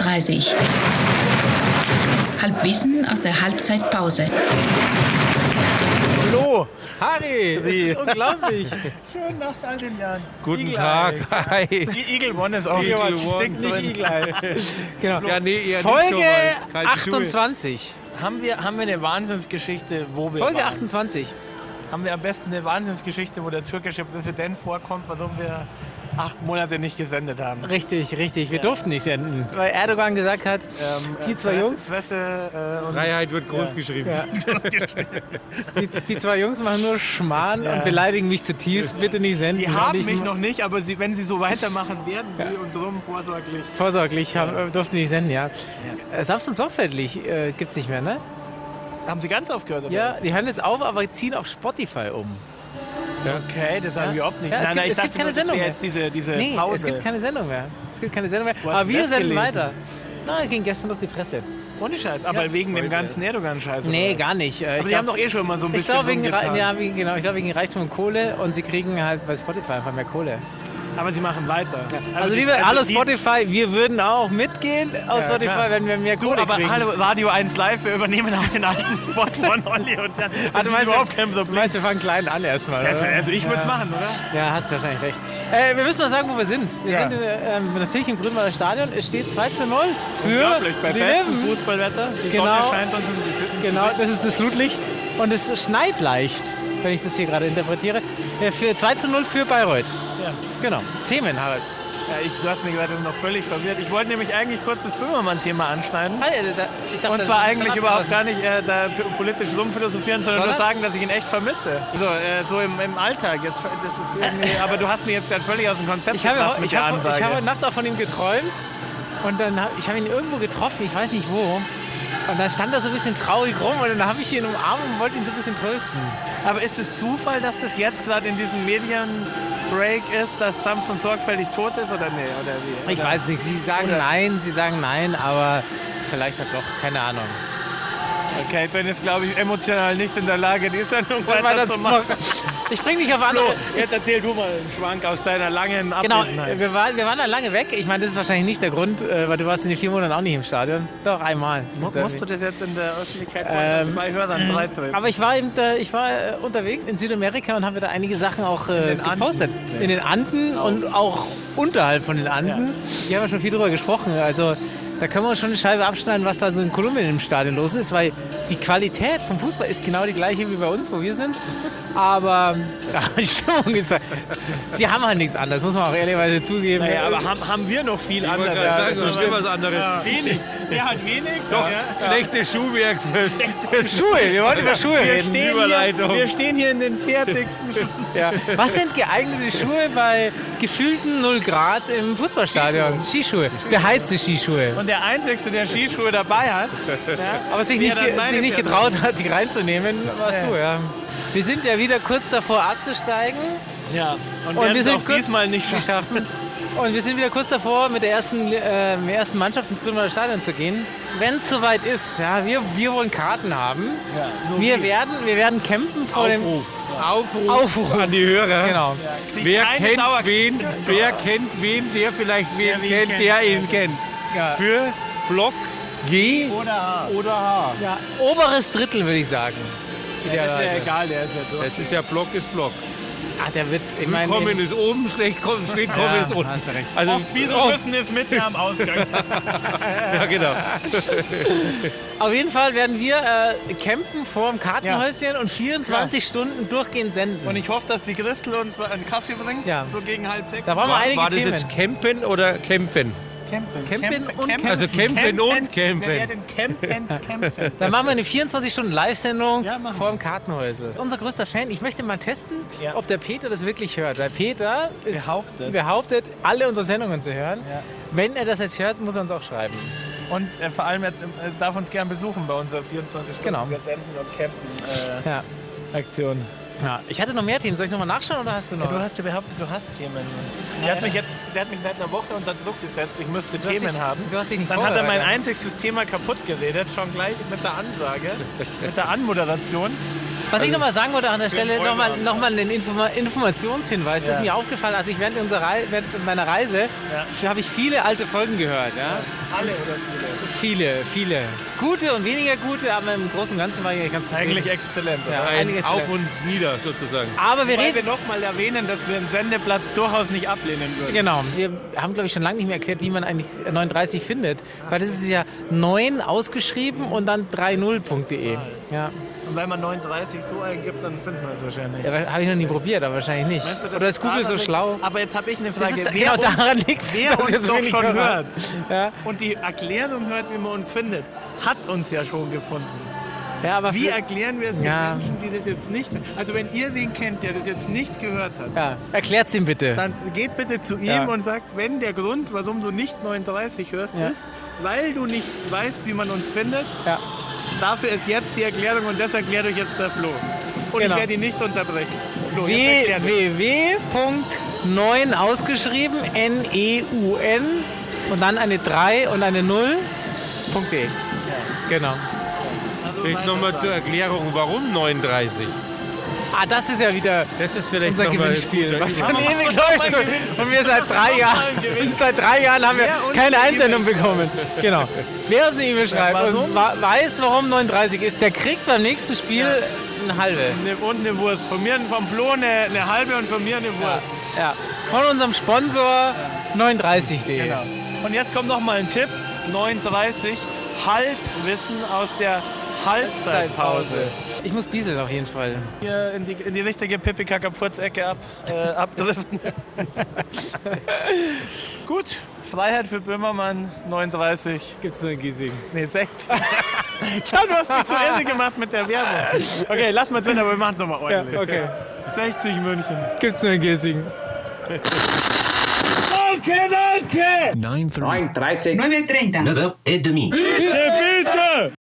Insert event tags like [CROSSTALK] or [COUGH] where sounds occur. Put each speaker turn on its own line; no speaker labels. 30. Halbwissen aus der Halbzeitpause.
Hallo, Harry, das
Wie?
ist unglaublich.
Schön nach all den Jahren.
Guten
Eagle
Tag. Hi.
Die Eagle One ist auch
Eagle
Eagle
One.
One. Nicht Eagle.
genau.
Ja, nee, eher nicht so
Folge
weit. Kalte
28.
Haben wir, haben wir eine Wahnsinnsgeschichte, wo wir
Folge
waren?
28.
Haben wir am besten eine Wahnsinnsgeschichte, wo der türkische Präsident vorkommt, warum wir acht Monate nicht gesendet haben.
Richtig, richtig. Wir durften nicht senden, weil Erdogan gesagt hat, die zwei Jungs,
Fresse, äh,
Tue.
und
Freiheit wird groß geschrieben.
Ja. die, die zwei Jungs machen nur Schmarrn
Ja.
und beleidigen mich zutiefst. Bitte nicht senden.
die
Und
haben
ich-
mich noch nicht, aber sie, wenn sie so weitermachen, werden sie und drum vorsorglich.
Vorsorglich haben, äh, durften nicht senden, ja. Äh, Sanft und sorgfältig äh, gibt es nicht mehr, ne?
Haben sie ganz aufgehört? Oder?
Ja, die hören jetzt auf, aber ziehen auf Spotify um.
Okay, das haben
Ja.
wir überhaupt nicht.
Ja, es gibt- es gibt keine
nur, das
Sendung
wäre
mehr.
jetzt diese, diese
Nee,
Äh, Pause.
es gibt keine Sendung mehr. Es gibt keine Sendung
Wo
mehr.
hast
Aber
du
wir
das
senden
gelesen?
weiter. Na, ging gestern durch die Fresse.
Ohne Scheiß, aber wegen dem ganzen Erdogan-Scheiß.
Nee,
oder?
gar nicht. Äh,
Aber
ich
die
glaub-
haben doch eh schon mal so ein
Ich
bisschen
glaube wegen, Re-
rumgetan.
ja, wegen, genau, ich glaub, wegen Reichtum und Kohle und sie kriegen halt bei Spotify einfach mehr Kohle.
Aber sie machen weiter.
Also,
die-
liebe, hallo
die-
Spotify, wir würden auch mitgehen aus
Ja,
Spotify,
klar.
wenn wir mehr
Du,
Kohle
aber
kriegen. Also
hallo Radio 1 Live, wir übernehmen auch den alten Spot von Olli und dann. Das
Ah, du
ist
meinst,
überhaupt
wir-
kein
du
Problem.
meinst, wir fangen klein an erstmal.
Also,
oder?
also ich würde es
ja.
machen, oder?
Ja, hast wahrscheinlich recht. Äh, wir müssen mal sagen, wo wir sind. Wir
Ja.
sind in, der, ähm, natürlich im Grünwalder Stadion. Es steht 2 zu 0 für
Unglaublich, bei
die
bestem
Löwen.
Fußballwetter. Die
Genau.
Sonne scheint uns in die Sitten.
Genau, das ist das Flutlicht und es schneit leicht, wenn ich das hier gerade interpretiere. Äh, Für 2 zu 0 für Bayreuth.
Ja.
Genau. Themen halt.
Ja, ich, du hast mir gesagt, das ist noch völlig verwirrt. Ich wollte nämlich eigentlich kurz das Böhmermann-Thema anschneiden.
äh, Ich dachte,
Und zwar eigentlich überhaupt gar nicht äh, da p- politisch rumphilosophieren, sondern nur
Sondern?
sagen, dass ich ihn echt vermisse. So, äh, so im, im Alltag. Jetzt, das ist irgendwie, aber du hast mir jetzt gerade völlig aus dem Konzept
Ich
gebracht
habe,
mit
ich,
der
habe,
Ansage.
ich habe heute Nacht auch von ihm geträumt und dann habe ich habe ihn irgendwo getroffen, ich weiß nicht wo. Und dann stand er so ein bisschen traurig rum und dann habe ich ihn umarmt und wollte ihn so ein bisschen trösten.
Aber ist es Zufall, dass das jetzt gerade in diesem Medienbreak ist, dass Samson sorgfältig tot ist oder nee? Oder wie?
Ich
oder?
weiß nicht, sie sagen
Oder-
nein, sie sagen nein, aber vielleicht hat doch, keine Ahnung.
Okay, ich bin jetzt, glaube ich, emotional nicht in der Lage, die Sendung weiterzumachen.
Ich bringe dich auf andere.
Flo, jetzt erzähl du mal einen Schwank aus deiner langen
Genau,
Abwesenheit.
wir waren, wir waren da lange weg. Ich meine, das ist wahrscheinlich nicht der Grund, äh, weil du warst in den vier Monaten auch nicht im Stadion. Doch, einmal.
Mu- Musst du das jetzt in der Öffentlichkeit vor
Ähm,
zwei Hörern breitreten?
Aber ich war, eben, da- ich war äh, unterwegs in Südamerika und habe da einige Sachen auch äh,
In den Anden.
gepostet. In den Anden und auch unterhalb von den Anden. Wir haben ja schon viel drüber gesprochen. Also da können wir uns schon eine Scheibe abschneiden, was da so in Kolumbien im Stadion los ist, weil die Qualität vom Fußball ist genau die gleiche wie bei uns, wo wir sind. Aber [LAUGHS] ja, die Stimmung ist. halt, Sie haben halt nichts anderes, muss man auch ehrlicherweise zugeben.
Naja, aber haben, haben wir noch viel
Ich wollte
anderes?
gerade sagen, das ist
Ja,
was anderes.
wenig. Der hat wenig.
Doch,
Ja.
schlechtes Schuhwerk für
Schuhe, wir wollen über Schuhe
Wir
reden.
stehen, hier,
Überleitung.
wir stehen hier in den fertigsten
Ja. Was sind geeignete Schuhe bei gefühlten 0 Grad im Fußballstadion? Skischuhe. Beheizte Skischuhe.
Und der Einzige, der Skischuhe dabei hat,
[LAUGHS]
Aber sich
Ja,
nicht,
dann
ge-
meine
sich nicht
ich ja
getraut hat, die reinzunehmen, warst
Ja.
du, ja. Wir sind ja wieder kurz davor abzusteigen.
Ja, und,
Und wir
wir
sind
sind
kurz-
diesmal nicht
Wir
schaffen.
schaffen. Und wir sind wieder kurz davor, mit der ersten, äh, mit der ersten Mannschaft ins Grünwalder Stadion zu gehen. Wenn es soweit ist, ja, wir, wir wollen Karten haben. wir, werden, wir werden campen vor
Aufruf. Aufruf.
Aufruf.
an die Hörer.
dem. Genau.
Wer
Keine
kennt
Dauer-
wen, wer kennt wen, der vielleicht wen,
wen
kennt,
kennt,
der
ja.
ihn kennt.
Ja.
Für Block G
Oder
oder H.
Ja. Oberes Drittel, würde ich sagen.
Der ist ja
Idealerweise.
egal, der ist ja so.
Das ist ja Block ist Block.
Ah, der wird, ich meine,
Kommen ist oben, [LAUGHS] schlecht kommen, spät kommen
Ja,
ist unten.
hast du recht.
Also
Auf Bier
oft-
müssen ist mitten am
[LAUGHS]
Ausgang.
ja, genau.
auf jeden Fall werden wir äh, campen vor dem Kartenhäuschen und 24 Stunden durchgehend senden.
Und ich hoffe, dass die Christel uns mal einen Kaffee bringt,
Ja.
so gegen halb sechs.
da waren wir
War,
einige
war das
Themen.
Also jetzt Campen oder Kämpfen?
Campen.
Campen und Campen.
Also Campen und Campen.
Wir werden Campen, [LAUGHS] Campen.
Dann machen wir eine 24-Stunden Live-Sendung
Ja, machen
vor dem Kartenhäusel. Unser größter Fan, ich möchte mal testen,
Ja.
ob der Peter das wirklich hört. Weil Peter ist
Behauptet.
behauptet, alle unsere Sendungen zu hören.
Ja.
Wenn er das jetzt hört, muss er uns auch schreiben.
Und äh, vor allem er äh, darf uns gern besuchen bei unserer 24 Stunden
Genau.
wir senden und Campen
Ja.
äh, Aktion.
ja. Ich hatte noch mehr Themen. Soll ich nochmal nachschauen oder hast du noch?
Du
was?
hast ja behauptet, du hast Themen. Der hat mich jetzt, der hat mich seit einer Woche unter Druck gesetzt. Ich müsste
hast
Themen
dich-
haben.
du hast dich nicht
Dann hat er mein
vorbereitet.
einziges Thema kaputt geredet, schon gleich mit der Ansage, mit der Anmoderation.
Was ich ich nochmal sagen wollte an der Stelle,
Bäume
nochmal
haben.
noch mal einen Informa Informationshinweis. Das ist mir aufgefallen, als ich während, unserer Rei während meiner Reise, habe ich viele alte Folgen gehört. Ja?
Alle oder viele?
Viele, viele. Gute und weniger gute, aber im Großen und Ganzen war ich ganz zufrieden.
Eigentlich exzellent.
Ja.
Oder?
Ein
Einiges
Auf und Nieder sozusagen.
aber wir
Weil
reden...
wir nochmal erwähnen, dass wir den Sendeplatz durchaus nicht ablehnen würden.
Genau, wir haben, glaube ich, schon lange nicht mehr erklärt, wie man eigentlich 39 findet. Weil das ist ja 9 ausgeschrieben und dann 30.de. Ja,
Und wenn man 39 so eingibt, dann finden wir es wahrscheinlich.
ja habe ich noch nie probiert, aber wahrscheinlich nicht.
Meinst du, dass
Oder ist Google so
daran liegt?
schlau?
Aber jetzt habe ich eine
Das
Frage.
ist,
Wer
genau
uns-
daran liegt es,
wer uns doch schon hört
Ja.
und die Erklärung hört, wie man uns findet, hat uns ja schon gefunden.
Ja, aber
Wie
für-
erklären wir es
Ja.
den Menschen, die das jetzt nicht... Also wenn ihr wen kennt, der das jetzt nicht gehört hat,
ja, erklärt's ihm bitte.
dann geht bitte zu ihm
Ja.
und sagt, wenn der Grund, warum du nicht 39 hörst,
Ja.
ist, weil du nicht weißt, wie man uns findet,
ja.
dafür ist jetzt die Erklärung und das erklärt euch jetzt der Flo. Und
Genau.
ich werde ihn nicht unterbrechen. Flo, jetzt erklär du.
www.9 ausgeschrieben, N-E-U-N und dann eine 3 und eine 0.de. Genau.
Also
Vielleicht
nein,
nochmal
das
zur
war-
Erklärung, warum 39?
Ah, das ist ja wieder
Das ist vielleicht
unser
noch mal ein
Gewinnspiel,
guter
was
Übergang.
schon ewig läuft. Und- Und wir seit drei Jahren, seit drei Jahren haben wir
Wer uns
keine
eine
Einsendung bekommen. Genau. Wer uns eine E-Mail schreibt und
warum?
wa- weiß, warum 39 ist, der kriegt beim nächsten Spiel eine halbe.
Eine- Und eine Wurst. Von mir, vom Flo eine, eine halbe und von mir eine Wurst.
Ja. Von unserem Sponsor 39.de.
Genau. Und jetzt kommt noch mal ein Tipp. 39, Halbwissen aus der Halbzeitpause.
Ich muss bieseln auf jeden Fall.
Hier in die, in die richtige pippi kack am Furzecke ab, äh,
[LAUGHS]
abdriften. Gut, Freiheit für Böhmermann, 39,
Gibt's nur in Giesing.
nee, 60. [LAUGHS] Ja, du hast mich zu Ende gemacht mit der Werbung. Okay, lass mal drin, aber wir machen es nochmal
Ja,
ordentlich.
okay.
60 München.
Gibt's nur in Giesing.
9.30
9.30
9h30.
9h30
9h30.
Bitte, bitte!